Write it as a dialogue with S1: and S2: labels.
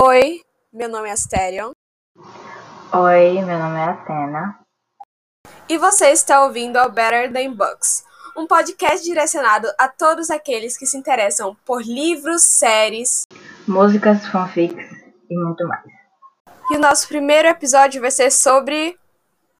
S1: Oi, meu nome é Asterion.
S2: Oi, meu nome é Atena.
S1: E você está ouvindo ao Better Than Books, um podcast direcionado a todos aqueles que se interessam por livros, séries.
S2: Músicas, fanfics e muito mais.
S1: E o nosso primeiro episódio vai ser sobre